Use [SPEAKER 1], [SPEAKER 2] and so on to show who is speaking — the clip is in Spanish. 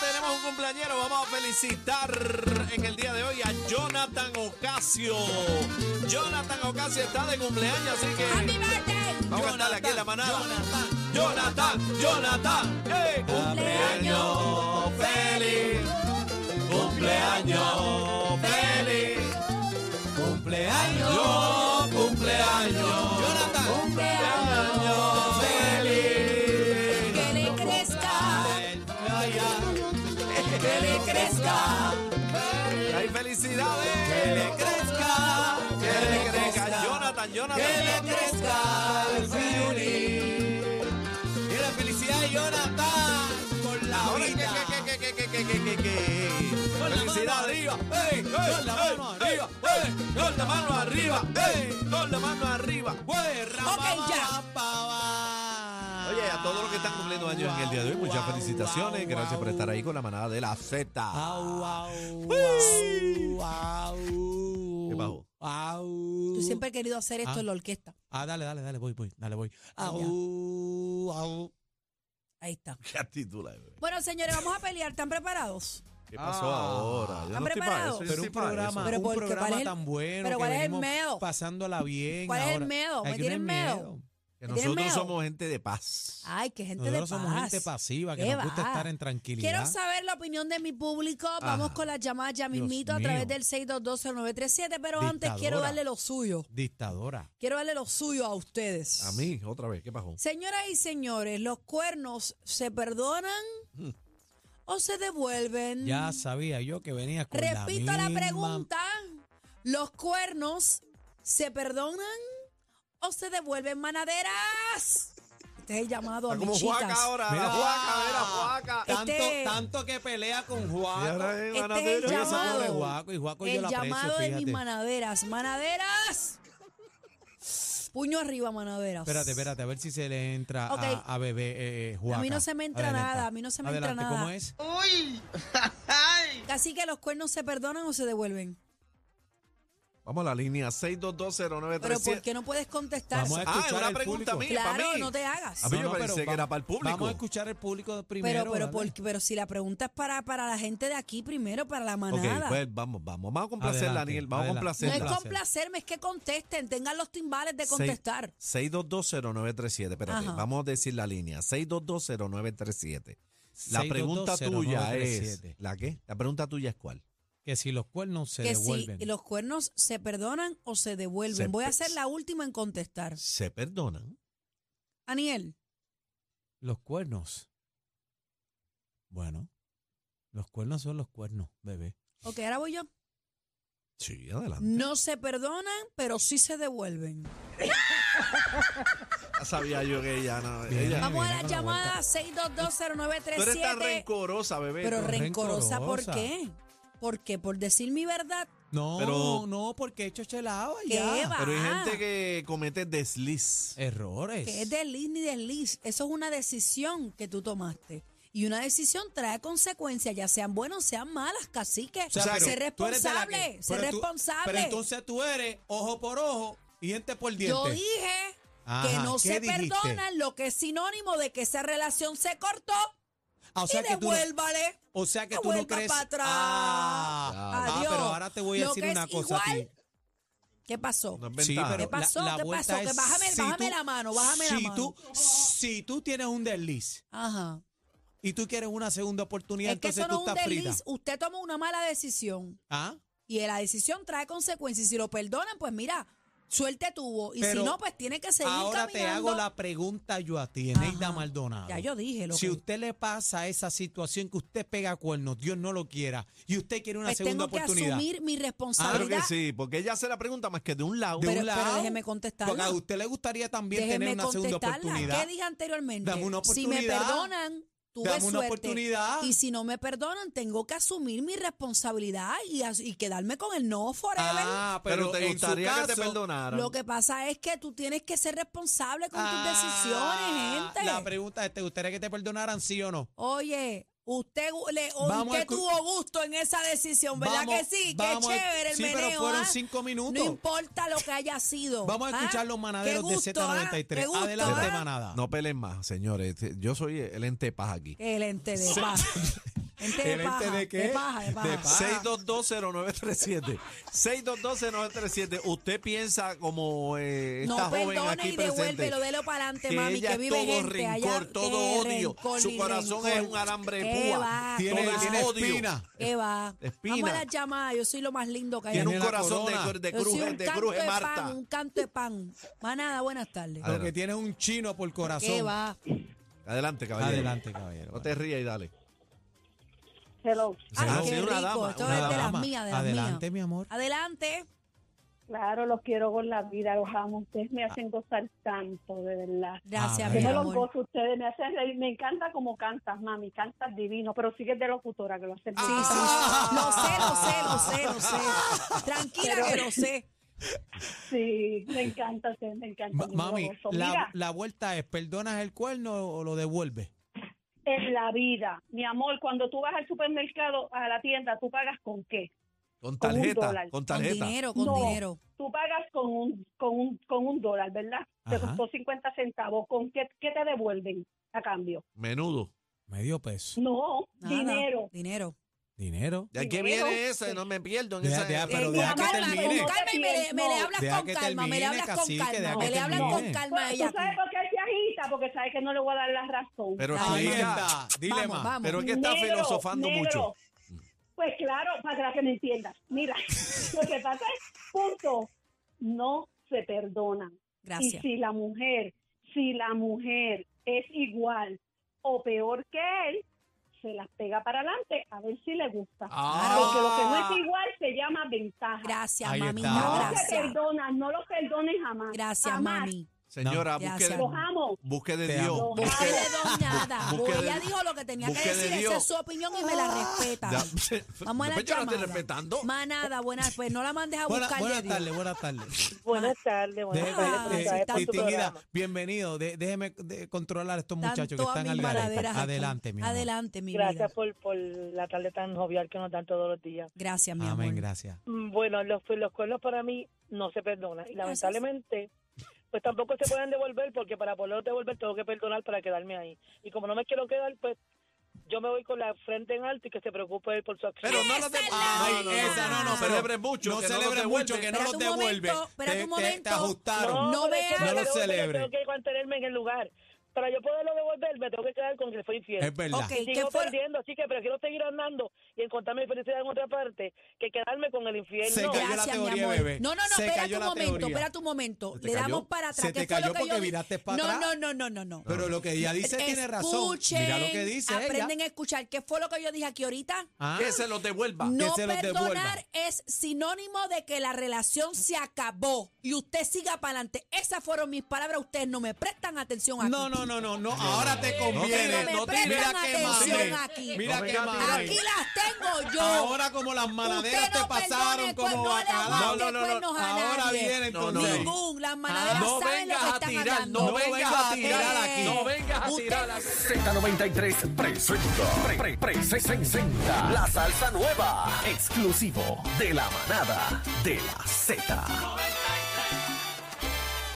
[SPEAKER 1] tenemos un cumpleañero. Vamos a felicitar en el día de hoy a Jonathan Ocasio. Jonathan Ocasio está de cumpleaños, así que. Vamos a estar aquí en la manada. Jonathan, Jonathan, ¡eh! cumpleaños feliz, cumpleaños feliz, cumpleaños, cumpleaños. Jonathan, cumpleaños feliz.
[SPEAKER 2] Que le crezca,
[SPEAKER 1] Que le crezca. ¡Hay felicidades! Que le crezca. Que le crezca. Jonathan, Jonathan. Que le crezca el Y la felicidad de Jonathan con la Ahora, vida. Que, que, que, que, que, que, que, que. Felicidad arriba, ey, con la mano arriba, ey, con la mano arriba, ey, con la mano arriba, ey,
[SPEAKER 2] Ok, ya.
[SPEAKER 1] Oye, a todos los que están cumpliendo años en el día de hoy, muchas felicitaciones. Gracias por estar ahí con la manada de la Z. Uy. ¿Qué pasó?
[SPEAKER 2] Yo siempre he querido hacer esto en la orquesta.
[SPEAKER 3] Ah, dale, dale, dale, voy, voy, dale, voy.
[SPEAKER 2] Au, Ahí está.
[SPEAKER 1] ¿Qué actitud la de hoy?
[SPEAKER 2] Bueno, señores, vamos a pelear. ¿Están preparados?
[SPEAKER 1] ¿Qué pasó ahora? Yo
[SPEAKER 2] ¿Están
[SPEAKER 1] no estoy para
[SPEAKER 2] preparados?
[SPEAKER 1] eso. yo
[SPEAKER 3] Pero
[SPEAKER 1] estoy
[SPEAKER 3] un
[SPEAKER 1] para
[SPEAKER 3] programa,
[SPEAKER 1] eso.
[SPEAKER 2] Ah, Pero
[SPEAKER 3] un
[SPEAKER 2] ¿por qué?
[SPEAKER 3] programa
[SPEAKER 2] ¿Cuál es el-
[SPEAKER 3] tan bueno.
[SPEAKER 2] pero
[SPEAKER 3] que
[SPEAKER 2] cuál es el
[SPEAKER 3] venimos
[SPEAKER 2] miedo?
[SPEAKER 3] Pasándola bien.
[SPEAKER 2] ¿Cuál es el
[SPEAKER 3] ahora.
[SPEAKER 2] miedo?
[SPEAKER 3] Hay
[SPEAKER 2] ¿Me
[SPEAKER 3] que
[SPEAKER 2] tienen
[SPEAKER 3] tener
[SPEAKER 2] miedo?
[SPEAKER 1] Que
[SPEAKER 2] ¿Tienen
[SPEAKER 1] nosotros
[SPEAKER 2] miedo?
[SPEAKER 1] somos gente de paz.
[SPEAKER 2] Ay, qué gente
[SPEAKER 3] Nosotros
[SPEAKER 2] de paz.
[SPEAKER 3] somos gente pasiva, que
[SPEAKER 2] ¿Qué
[SPEAKER 3] nos gusta
[SPEAKER 2] va?
[SPEAKER 3] estar en tranquilidad.
[SPEAKER 2] Quiero saber la opinión de mi público. Vamos con las llamadas ya
[SPEAKER 3] Dios
[SPEAKER 2] mismito a través
[SPEAKER 3] mío.
[SPEAKER 2] del 6220937, pero antes
[SPEAKER 3] Dictadora.
[SPEAKER 2] quiero darle lo suyo.
[SPEAKER 3] Dictadora.
[SPEAKER 2] Quiero darle lo suyo a ustedes.
[SPEAKER 1] A mí, otra vez, ¿qué pasó?
[SPEAKER 2] Señoras y señores, ¿los cuernos se perdonan o se devuelven?
[SPEAKER 3] Mm. Ya sabía yo que venías con la
[SPEAKER 2] Repito la,
[SPEAKER 3] misma-
[SPEAKER 2] pregunta. ¿Los cuernos se perdonan o se devuelven manaderas? Este es el llamado a
[SPEAKER 1] Está como
[SPEAKER 2] Michitas.
[SPEAKER 1] Juaca ahora.
[SPEAKER 3] Mira.
[SPEAKER 1] La Juaca, mira, Juaca.
[SPEAKER 3] Tanto,
[SPEAKER 2] Este-
[SPEAKER 3] tanto que pelea con
[SPEAKER 1] Y
[SPEAKER 3] Juaco.
[SPEAKER 1] ahora es
[SPEAKER 2] Este es el
[SPEAKER 1] ganadero.
[SPEAKER 3] Oye, ese pobre
[SPEAKER 2] llamado.
[SPEAKER 3] Juaco, y Juaco yo
[SPEAKER 2] el
[SPEAKER 3] la aprecio,
[SPEAKER 2] llamado de mis
[SPEAKER 3] fíjate.
[SPEAKER 2] manaderas. ¡Manaderas! Puño arriba, manaderas.
[SPEAKER 3] Espérate, espérate, a ver si se le entra a-
[SPEAKER 2] Ok.
[SPEAKER 3] a, bebé eh, eh, Juaca.
[SPEAKER 2] A mí no se me entra
[SPEAKER 3] Adelante.
[SPEAKER 2] nada, a mí no se me entra
[SPEAKER 3] Adelante,
[SPEAKER 2] nada.
[SPEAKER 3] ¿cómo es?
[SPEAKER 2] Así que los cuernos se perdonan o se devuelven.
[SPEAKER 1] Vamos a la línea
[SPEAKER 2] Pero ¿por
[SPEAKER 1] 6220937.
[SPEAKER 2] qué no puedes contestar?
[SPEAKER 3] Vamos a
[SPEAKER 1] Ah, es
[SPEAKER 3] escuchar
[SPEAKER 1] una
[SPEAKER 3] al
[SPEAKER 1] pregunta
[SPEAKER 3] público.
[SPEAKER 1] mía, para
[SPEAKER 2] Claro,
[SPEAKER 1] mí.
[SPEAKER 2] no te hagas.
[SPEAKER 1] A mí
[SPEAKER 3] No,
[SPEAKER 1] me
[SPEAKER 3] no, pero
[SPEAKER 1] parecía que
[SPEAKER 3] va-
[SPEAKER 1] era para el público.
[SPEAKER 3] Vamos a escuchar el público primero.
[SPEAKER 2] Pero, pero,
[SPEAKER 3] dale.
[SPEAKER 2] por- pero si la pregunta es para, para la gente de aquí primero, para la
[SPEAKER 1] Ok,
[SPEAKER 2] manada.
[SPEAKER 1] pues vamos, vamos. Vamos a complacer,
[SPEAKER 3] Adelante,
[SPEAKER 1] Daniel. Vamos a
[SPEAKER 3] adelante.
[SPEAKER 2] no
[SPEAKER 1] complacer.
[SPEAKER 2] es
[SPEAKER 3] complacer.
[SPEAKER 2] complacerme, es que contesten, tengan los timbales de contestar.
[SPEAKER 1] 6220937. Espérate,
[SPEAKER 2] Ajá.
[SPEAKER 1] vamos a decir la línea. 6220937. La
[SPEAKER 3] 6220937.
[SPEAKER 1] pregunta tuya es. ¿La qué? La pregunta tuya es cuál.
[SPEAKER 3] que si los cuernos se
[SPEAKER 2] que sí,
[SPEAKER 3] devuelven.
[SPEAKER 2] y los cuernos se perdonan o se devuelven.
[SPEAKER 1] Se
[SPEAKER 2] Voy a
[SPEAKER 1] pe-
[SPEAKER 2] ser la última en contestar.
[SPEAKER 1] ¿Se perdonan?
[SPEAKER 2] Aniel,
[SPEAKER 3] Los cuernos. Bueno, los cuernos son los cuernos, bebé.
[SPEAKER 2] ok, ahora voy yo.
[SPEAKER 1] Sí, adelante.
[SPEAKER 2] No se perdonan, pero sí se devuelven.
[SPEAKER 1] Ya sabía yo que ella no.
[SPEAKER 3] Bien.
[SPEAKER 1] ella-
[SPEAKER 2] Vamos a
[SPEAKER 3] viene
[SPEAKER 2] la
[SPEAKER 3] con la
[SPEAKER 2] llamada
[SPEAKER 1] Tú eres tan
[SPEAKER 2] 6220937.
[SPEAKER 1] rencorosa, bebé.
[SPEAKER 2] Pero
[SPEAKER 3] re-
[SPEAKER 2] rencorosa, ¿por
[SPEAKER 3] Rencorosa.
[SPEAKER 2] qué? ¿Por qué? ¿Por decir mi verdad?
[SPEAKER 3] No,
[SPEAKER 1] Pero-
[SPEAKER 3] no, porque he hecho chelado
[SPEAKER 2] ¿Qué
[SPEAKER 3] ya.
[SPEAKER 2] va?
[SPEAKER 1] Pero hay
[SPEAKER 2] Ah.
[SPEAKER 1] gente que comete desliz.
[SPEAKER 3] Errores.
[SPEAKER 2] que es desliz ni desliz. Eso es una decisión que tú tomaste. Y una decisión trae consecuencias, ya sean buenas o sean malas, cacique. que
[SPEAKER 1] pero
[SPEAKER 3] tú
[SPEAKER 2] sé
[SPEAKER 3] eres de la que-
[SPEAKER 2] responsable, sé
[SPEAKER 3] pero tú-
[SPEAKER 2] responsable.
[SPEAKER 3] Pero entonces tú eres ojo por ojo y diente por diente.
[SPEAKER 2] Yo dije que
[SPEAKER 3] Ajá,
[SPEAKER 2] no
[SPEAKER 3] ¿qué
[SPEAKER 2] se
[SPEAKER 3] dijiste?
[SPEAKER 2] perdonan, lo que es sinónimo de que esa relación se cortó.
[SPEAKER 3] Ah, o sea
[SPEAKER 2] y
[SPEAKER 3] que tú no-
[SPEAKER 2] devuélvale.
[SPEAKER 3] o sea que tú
[SPEAKER 2] vuelva
[SPEAKER 3] no crees.
[SPEAKER 2] para atrás.
[SPEAKER 3] Ah, ah,
[SPEAKER 2] Adiós.
[SPEAKER 3] pero ahora te voy a
[SPEAKER 2] Lo
[SPEAKER 3] decir
[SPEAKER 2] que
[SPEAKER 3] una
[SPEAKER 2] es
[SPEAKER 3] cosa a ti.
[SPEAKER 2] igual, ¿Qué pasó?
[SPEAKER 1] No es
[SPEAKER 3] Sí,
[SPEAKER 1] ventaja.
[SPEAKER 3] pero
[SPEAKER 2] ¿Qué pasó?
[SPEAKER 3] La, la
[SPEAKER 2] ¿Qué
[SPEAKER 3] vuelta
[SPEAKER 2] pasó?
[SPEAKER 3] Es,
[SPEAKER 2] Que bájame-
[SPEAKER 3] si
[SPEAKER 2] bájame
[SPEAKER 3] tú-
[SPEAKER 2] la mano, bájame la
[SPEAKER 3] si
[SPEAKER 2] mano.
[SPEAKER 3] Tú, si tú tienes un desliz
[SPEAKER 2] Ajá.
[SPEAKER 3] y tú quieres una segunda oportunidad,
[SPEAKER 2] Es que
[SPEAKER 3] entonces
[SPEAKER 2] eso no
[SPEAKER 3] tú
[SPEAKER 2] es un
[SPEAKER 3] estás frita.
[SPEAKER 2] desliz. Usted tomó una mala decisión.
[SPEAKER 3] ¿Ah?
[SPEAKER 2] y la decisión trae consecuencias. Y si lo perdonan, pues mira, suerte tuvo. Y
[SPEAKER 3] Pero
[SPEAKER 2] si no, pues tiene que seguir
[SPEAKER 3] Ahora
[SPEAKER 2] caminando.
[SPEAKER 3] te hago la pregunta yo a ti,
[SPEAKER 2] Ajá.
[SPEAKER 3] Eneida Maldonado.
[SPEAKER 2] Ya yo dije lo
[SPEAKER 3] si
[SPEAKER 2] que-
[SPEAKER 3] usted le pasa esa situación que usted pega cuernos, Dios no lo quiera, y usted quiere una
[SPEAKER 2] Pues
[SPEAKER 3] segunda
[SPEAKER 2] tengo que
[SPEAKER 3] oportunidad.
[SPEAKER 2] asumir mi
[SPEAKER 1] Claro
[SPEAKER 2] responsabilidad.
[SPEAKER 1] que sí, porque ella hace la pregunta más que de un lado.
[SPEAKER 3] de
[SPEAKER 2] pero,
[SPEAKER 3] un
[SPEAKER 2] pero
[SPEAKER 3] lado,
[SPEAKER 2] déjeme
[SPEAKER 3] Porque a
[SPEAKER 2] contestarla.
[SPEAKER 3] usted le gustaría también
[SPEAKER 2] Déjeme
[SPEAKER 3] tener una segunda
[SPEAKER 2] contestarla.
[SPEAKER 3] oportunidad.
[SPEAKER 2] ¿Qué dije anteriormente?
[SPEAKER 3] Dame una
[SPEAKER 2] Si me
[SPEAKER 3] oportunidad.
[SPEAKER 2] perdonan, tuve
[SPEAKER 3] Dame una
[SPEAKER 2] suerte.
[SPEAKER 3] oportunidad.
[SPEAKER 2] Y si no me perdonan, tengo que asumir mi responsabilidad y, as- y quedarme con el no forever.
[SPEAKER 3] Ah, pero,
[SPEAKER 1] Pero, te
[SPEAKER 3] en su
[SPEAKER 1] gustaría que te
[SPEAKER 3] caso-
[SPEAKER 1] perdonaran.
[SPEAKER 2] Lo que pasa es que tú tienes que ser responsable con tus
[SPEAKER 3] Ah,
[SPEAKER 2] decisiones, gente.
[SPEAKER 3] La pregunta es, ¿te gustaría que te perdonaran sí o no?
[SPEAKER 2] Oye, usted, gu- le, o
[SPEAKER 3] Vamos a
[SPEAKER 2] usted
[SPEAKER 3] escu-
[SPEAKER 2] tuvo gusto en esa decisión, ¿verdad
[SPEAKER 3] Vamos-
[SPEAKER 2] que sí? Qué
[SPEAKER 3] vamos a-
[SPEAKER 2] chévere el
[SPEAKER 3] sí, pero
[SPEAKER 2] meneo.
[SPEAKER 3] fueron
[SPEAKER 2] ¿ah?
[SPEAKER 3] cinco minutos.
[SPEAKER 2] No importa lo que haya sido.
[SPEAKER 3] Vamos a
[SPEAKER 2] ¿ah?
[SPEAKER 3] escuchar los
[SPEAKER 2] Qué
[SPEAKER 3] manaderos
[SPEAKER 2] gusto,
[SPEAKER 3] de
[SPEAKER 2] ¿ah?
[SPEAKER 3] Z93.
[SPEAKER 2] Qué gusto,
[SPEAKER 3] Adelante,
[SPEAKER 2] ¿ah?
[SPEAKER 3] manada.
[SPEAKER 1] No peleen más, señores. Yo soy el ente paz aquí.
[SPEAKER 2] El ente de paja. Ente de
[SPEAKER 3] ¿El ente
[SPEAKER 2] paja.
[SPEAKER 3] de qué?
[SPEAKER 2] paja, de paja.
[SPEAKER 1] Ah.
[SPEAKER 3] De paja.
[SPEAKER 1] 6220937. 6220937. Usted piensa como eh,
[SPEAKER 2] No
[SPEAKER 1] esta joven
[SPEAKER 2] perdone
[SPEAKER 1] aquí
[SPEAKER 2] y
[SPEAKER 1] presente.
[SPEAKER 2] devuélvelo, delo para adelante,
[SPEAKER 1] que
[SPEAKER 2] mami,
[SPEAKER 1] ella
[SPEAKER 2] que
[SPEAKER 1] es
[SPEAKER 2] vive
[SPEAKER 1] todo
[SPEAKER 2] gente
[SPEAKER 1] rencor,
[SPEAKER 2] allá.
[SPEAKER 1] todo
[SPEAKER 2] Qué
[SPEAKER 1] odio.
[SPEAKER 2] rencor
[SPEAKER 1] Su
[SPEAKER 2] ni
[SPEAKER 1] corazón
[SPEAKER 2] rencor.
[SPEAKER 1] es un alambre de
[SPEAKER 2] Qué
[SPEAKER 1] púa.
[SPEAKER 2] va,
[SPEAKER 3] Tiene-
[SPEAKER 2] qué
[SPEAKER 1] Todo
[SPEAKER 2] va,
[SPEAKER 1] es
[SPEAKER 3] tiene
[SPEAKER 1] odio.
[SPEAKER 3] espina.
[SPEAKER 2] qué va.
[SPEAKER 1] espina.
[SPEAKER 2] Vamos a las llamadas, yo soy lo más lindo que hay.
[SPEAKER 1] Tiene
[SPEAKER 3] Tiene
[SPEAKER 1] un
[SPEAKER 3] la
[SPEAKER 1] corazón de,
[SPEAKER 3] corona.
[SPEAKER 1] cru- de
[SPEAKER 2] Yo soy
[SPEAKER 1] cruje,
[SPEAKER 2] un
[SPEAKER 1] de
[SPEAKER 2] canto
[SPEAKER 1] cruje,
[SPEAKER 2] de
[SPEAKER 1] Marta.
[SPEAKER 2] pan, un canto de pan. Manada, buenas tardes.
[SPEAKER 1] Ah,
[SPEAKER 3] Lo que tienes un chino por corazón.
[SPEAKER 2] ¿Qué va?
[SPEAKER 1] Adelante, caballero.
[SPEAKER 3] Adelante, caballero.
[SPEAKER 1] No te rías y dale.
[SPEAKER 4] Hello.
[SPEAKER 2] Ah,
[SPEAKER 1] Ah,
[SPEAKER 2] qué
[SPEAKER 1] sí, una
[SPEAKER 2] rico.
[SPEAKER 1] dama,
[SPEAKER 2] Esto
[SPEAKER 1] una
[SPEAKER 2] es de las
[SPEAKER 3] dama.
[SPEAKER 2] mías, de las
[SPEAKER 3] Adelante,
[SPEAKER 2] mías.
[SPEAKER 3] mi amor.
[SPEAKER 2] Adelante.
[SPEAKER 4] Claro, los quiero con la vida, los amo. Ustedes me hacen gozar tanto, de verdad.
[SPEAKER 2] Gracias,
[SPEAKER 3] Amén.
[SPEAKER 4] Yo
[SPEAKER 2] mi
[SPEAKER 4] me los
[SPEAKER 2] amor.
[SPEAKER 4] gozo ustedes, me hacen reír. Me encanta como cantas, mami, cantas divino, pero sigues de locutora, que lo haces
[SPEAKER 2] Sí,
[SPEAKER 4] bien.
[SPEAKER 2] sí, sí. Lo sé, lo sé, lo sé, lo sé. Tranquila que lo sé.
[SPEAKER 4] Sí, me encanta, ustedes me encanta.
[SPEAKER 3] Ma- mami, la,
[SPEAKER 4] Mira,
[SPEAKER 3] la vuelta es, ¿perdonas el cuerno o lo devuelves?
[SPEAKER 4] en la vida, mi amor, cuando tú vas al supermercado, a la tienda, ¿tú pagas con qué?
[SPEAKER 1] Con
[SPEAKER 4] Con un
[SPEAKER 1] tarjeta,
[SPEAKER 4] dólar.
[SPEAKER 1] con
[SPEAKER 2] Con
[SPEAKER 1] tarjeta.
[SPEAKER 2] dinero, con
[SPEAKER 4] No.
[SPEAKER 2] dinero.
[SPEAKER 4] Tú pagas con un, con un, con un dólar, ¿verdad? Te
[SPEAKER 3] Ajá.
[SPEAKER 4] costó 50 centavos. ¿Con qué, qué te devuelven a cambio?
[SPEAKER 1] Menudo.
[SPEAKER 3] Medio peso.
[SPEAKER 4] No,
[SPEAKER 2] Nada,
[SPEAKER 4] dinero.
[SPEAKER 2] Dinero.
[SPEAKER 3] Dinero.
[SPEAKER 1] Ya que
[SPEAKER 4] Dinero.
[SPEAKER 1] viene esa, no me pierdo en
[SPEAKER 3] Deja-
[SPEAKER 1] esa.
[SPEAKER 3] deja, pero
[SPEAKER 2] Eh,
[SPEAKER 3] deja
[SPEAKER 2] con
[SPEAKER 3] que
[SPEAKER 2] calma,
[SPEAKER 3] termine.
[SPEAKER 2] con calma y me, le- me le
[SPEAKER 4] No.
[SPEAKER 2] hablas
[SPEAKER 3] Deja
[SPEAKER 2] con
[SPEAKER 3] que
[SPEAKER 2] calma, me le
[SPEAKER 3] termine,
[SPEAKER 2] hablas
[SPEAKER 3] cacique,
[SPEAKER 2] con
[SPEAKER 3] deja
[SPEAKER 2] calma,
[SPEAKER 3] que
[SPEAKER 2] me le hablas con
[SPEAKER 3] termine.
[SPEAKER 2] calma
[SPEAKER 4] Pues,
[SPEAKER 2] ella.
[SPEAKER 4] ¿Tú sabes por qué es viejita? Porque sabe que no le voy a dar la razón.
[SPEAKER 1] Pero
[SPEAKER 2] Ay,
[SPEAKER 1] explica.
[SPEAKER 3] Vamos,
[SPEAKER 1] Dile
[SPEAKER 2] Ah, vamos,
[SPEAKER 1] más.
[SPEAKER 2] vamos.
[SPEAKER 1] Pero es que está
[SPEAKER 4] Negro,
[SPEAKER 1] filosofando
[SPEAKER 4] negro.
[SPEAKER 1] mucho.
[SPEAKER 4] Pues claro, para que me entiendas. Mira, lo que pasa es, punto, no se perdonan. Y
[SPEAKER 2] Gracias.
[SPEAKER 4] si la mujer, si la mujer es igual o peor que él, se las pega para adelante a ver si le gusta.
[SPEAKER 1] Ah.
[SPEAKER 4] Porque lo que no es igual se llama ventaja.
[SPEAKER 2] Gracias,
[SPEAKER 3] Ahí
[SPEAKER 4] No
[SPEAKER 3] está.
[SPEAKER 2] mamita.
[SPEAKER 4] se
[SPEAKER 2] Gracias.
[SPEAKER 4] perdonan, no los perdones jamás.
[SPEAKER 2] Gracias,
[SPEAKER 4] Jamás.
[SPEAKER 2] mami. No.
[SPEAKER 1] Señora, busque,
[SPEAKER 4] Los amo.
[SPEAKER 1] busque de
[SPEAKER 3] Te
[SPEAKER 1] Dios.
[SPEAKER 3] amo.
[SPEAKER 4] Los
[SPEAKER 2] Busque
[SPEAKER 4] amo.
[SPEAKER 2] de dos nada.
[SPEAKER 1] Busque
[SPEAKER 2] Pues
[SPEAKER 1] de-
[SPEAKER 2] ella dijo lo que tenía que
[SPEAKER 1] busque de
[SPEAKER 2] decir. Esa
[SPEAKER 1] Dios.
[SPEAKER 2] es su opinión y me la respeta.
[SPEAKER 1] Ya,
[SPEAKER 2] Vamos a la
[SPEAKER 1] después yo la estoy
[SPEAKER 2] llamada.
[SPEAKER 1] respetando.
[SPEAKER 2] Manada, buenas, pues no la mandes a
[SPEAKER 3] Buena-
[SPEAKER 2] buscar.
[SPEAKER 3] buenas
[SPEAKER 2] de Dios.
[SPEAKER 3] tardes, buenas tardes.
[SPEAKER 4] Buenas tardes,
[SPEAKER 3] De-
[SPEAKER 4] buenas
[SPEAKER 3] de-
[SPEAKER 2] tardes,
[SPEAKER 3] de-
[SPEAKER 2] buenas
[SPEAKER 3] de-
[SPEAKER 2] tardes por tu
[SPEAKER 3] distinguida, bienvenido. De- déjeme de- controlar a estos muchachos que
[SPEAKER 2] Tanto a
[SPEAKER 3] están
[SPEAKER 2] mis
[SPEAKER 3] al garete.
[SPEAKER 2] maladeras aquí.
[SPEAKER 3] Adelante, mi amor.
[SPEAKER 2] Adelante, mi
[SPEAKER 5] Gracias
[SPEAKER 2] vida.
[SPEAKER 5] por, por la tarde tan jovial que nos dan todos los días.
[SPEAKER 2] Gracias, mi
[SPEAKER 3] Amén,
[SPEAKER 2] amor.
[SPEAKER 3] gracias.
[SPEAKER 5] Mm, Bueno, los, los cuernos para mí no se perdonan. Y
[SPEAKER 2] Gracias.
[SPEAKER 5] lamentablemente, pues tampoco se pueden devolver porque para poder devolver tengo que perdonar para quedarme ahí. Y como no me quiero quedar, pues yo me voy con la frente en alto y que se preocupe él por su acción.
[SPEAKER 1] Pero no lo
[SPEAKER 2] Esa
[SPEAKER 1] te
[SPEAKER 2] es la
[SPEAKER 1] Ay,
[SPEAKER 2] mía.
[SPEAKER 1] esa no, no
[SPEAKER 3] pero
[SPEAKER 1] celebres mucho.
[SPEAKER 3] No
[SPEAKER 1] que
[SPEAKER 3] celebres
[SPEAKER 1] no lo
[SPEAKER 3] mucho
[SPEAKER 1] devuelven.
[SPEAKER 3] que no los
[SPEAKER 2] Espérate un
[SPEAKER 3] devuelve.
[SPEAKER 2] momento, espérate
[SPEAKER 3] Te-
[SPEAKER 2] un
[SPEAKER 3] te- Te
[SPEAKER 2] momento.
[SPEAKER 3] ajustaron.
[SPEAKER 2] No
[SPEAKER 5] pero es que
[SPEAKER 2] veas.
[SPEAKER 5] para
[SPEAKER 3] No lo
[SPEAKER 5] devolverlo
[SPEAKER 3] celebre.
[SPEAKER 5] Tengo que mantenerme en el lugar. Para yo poderlo devolver, me tengo que quedar con que le fue infiel.
[SPEAKER 3] Es verdad.
[SPEAKER 2] Ok,
[SPEAKER 5] Y
[SPEAKER 2] ¿qué
[SPEAKER 5] sigo
[SPEAKER 2] fue?
[SPEAKER 5] perdiendo, así que prefiero seguir andando y encontrar mi felicidad en otra parte que quedarme con el infierno.
[SPEAKER 3] Se cayó la
[SPEAKER 2] Gracias, mi
[SPEAKER 3] teoría,
[SPEAKER 2] amor.
[SPEAKER 3] bebé.
[SPEAKER 2] No, no, no,
[SPEAKER 3] Se
[SPEAKER 2] espera
[SPEAKER 3] cayó
[SPEAKER 2] un
[SPEAKER 3] la
[SPEAKER 2] momento,
[SPEAKER 3] teoría.
[SPEAKER 2] espera un momento.
[SPEAKER 1] ¿Se te
[SPEAKER 2] Le damos
[SPEAKER 1] cayó?
[SPEAKER 2] para atrás.
[SPEAKER 3] Se te
[SPEAKER 2] ¿Qué fue lo
[SPEAKER 3] cayó
[SPEAKER 2] que
[SPEAKER 3] porque
[SPEAKER 2] yo di-
[SPEAKER 3] miraste para
[SPEAKER 2] no,
[SPEAKER 3] atrás.
[SPEAKER 2] No, no, no, no, no.
[SPEAKER 3] Pero lo que ella dice tiene razón.
[SPEAKER 2] Escuchen,
[SPEAKER 3] Mira lo que dice ella.
[SPEAKER 2] Aprenden a escuchar. ¿Qué fue lo que yo dije aquí ahorita?
[SPEAKER 3] Ah,
[SPEAKER 1] Que se los devuelva.
[SPEAKER 2] No
[SPEAKER 3] se los devuelva.
[SPEAKER 2] perdonar es sinónimo de que la relación se acabó y usted siga para adelante. Esas fueron mis palabras. Ustedes no me prestan atención aquí.
[SPEAKER 3] No, no, no, no, no. Ahora te
[SPEAKER 1] tires,
[SPEAKER 3] conviene. Mira
[SPEAKER 1] no tires.
[SPEAKER 2] Presten
[SPEAKER 3] qué
[SPEAKER 2] atención
[SPEAKER 3] madre.
[SPEAKER 2] aquí.
[SPEAKER 3] Mira
[SPEAKER 1] No
[SPEAKER 3] qué
[SPEAKER 1] venga a tirar.
[SPEAKER 3] madre.
[SPEAKER 2] Aquí las tengo yo.
[SPEAKER 3] Ahora como las manaderas
[SPEAKER 2] Usted no
[SPEAKER 3] te pasaron
[SPEAKER 2] perdone, pues,
[SPEAKER 3] como
[SPEAKER 2] no le
[SPEAKER 3] bacalao.
[SPEAKER 2] aguante cuernos a
[SPEAKER 3] Ahora
[SPEAKER 2] nadie.
[SPEAKER 3] viene
[SPEAKER 1] No, no,
[SPEAKER 3] entonces.
[SPEAKER 2] Ningún. Las manaderas
[SPEAKER 1] Ah, no
[SPEAKER 2] saben lo
[SPEAKER 1] vengas
[SPEAKER 2] que
[SPEAKER 1] a
[SPEAKER 2] están
[SPEAKER 1] tirar,
[SPEAKER 2] hablando.
[SPEAKER 1] no vengas a
[SPEAKER 3] tirar aquí.
[SPEAKER 1] No vengas a
[SPEAKER 2] Usted-
[SPEAKER 1] tirar aquí.
[SPEAKER 6] Z93 presenta, pre, pre, presenta la salsa nueva, exclusivo de la manada de la Z.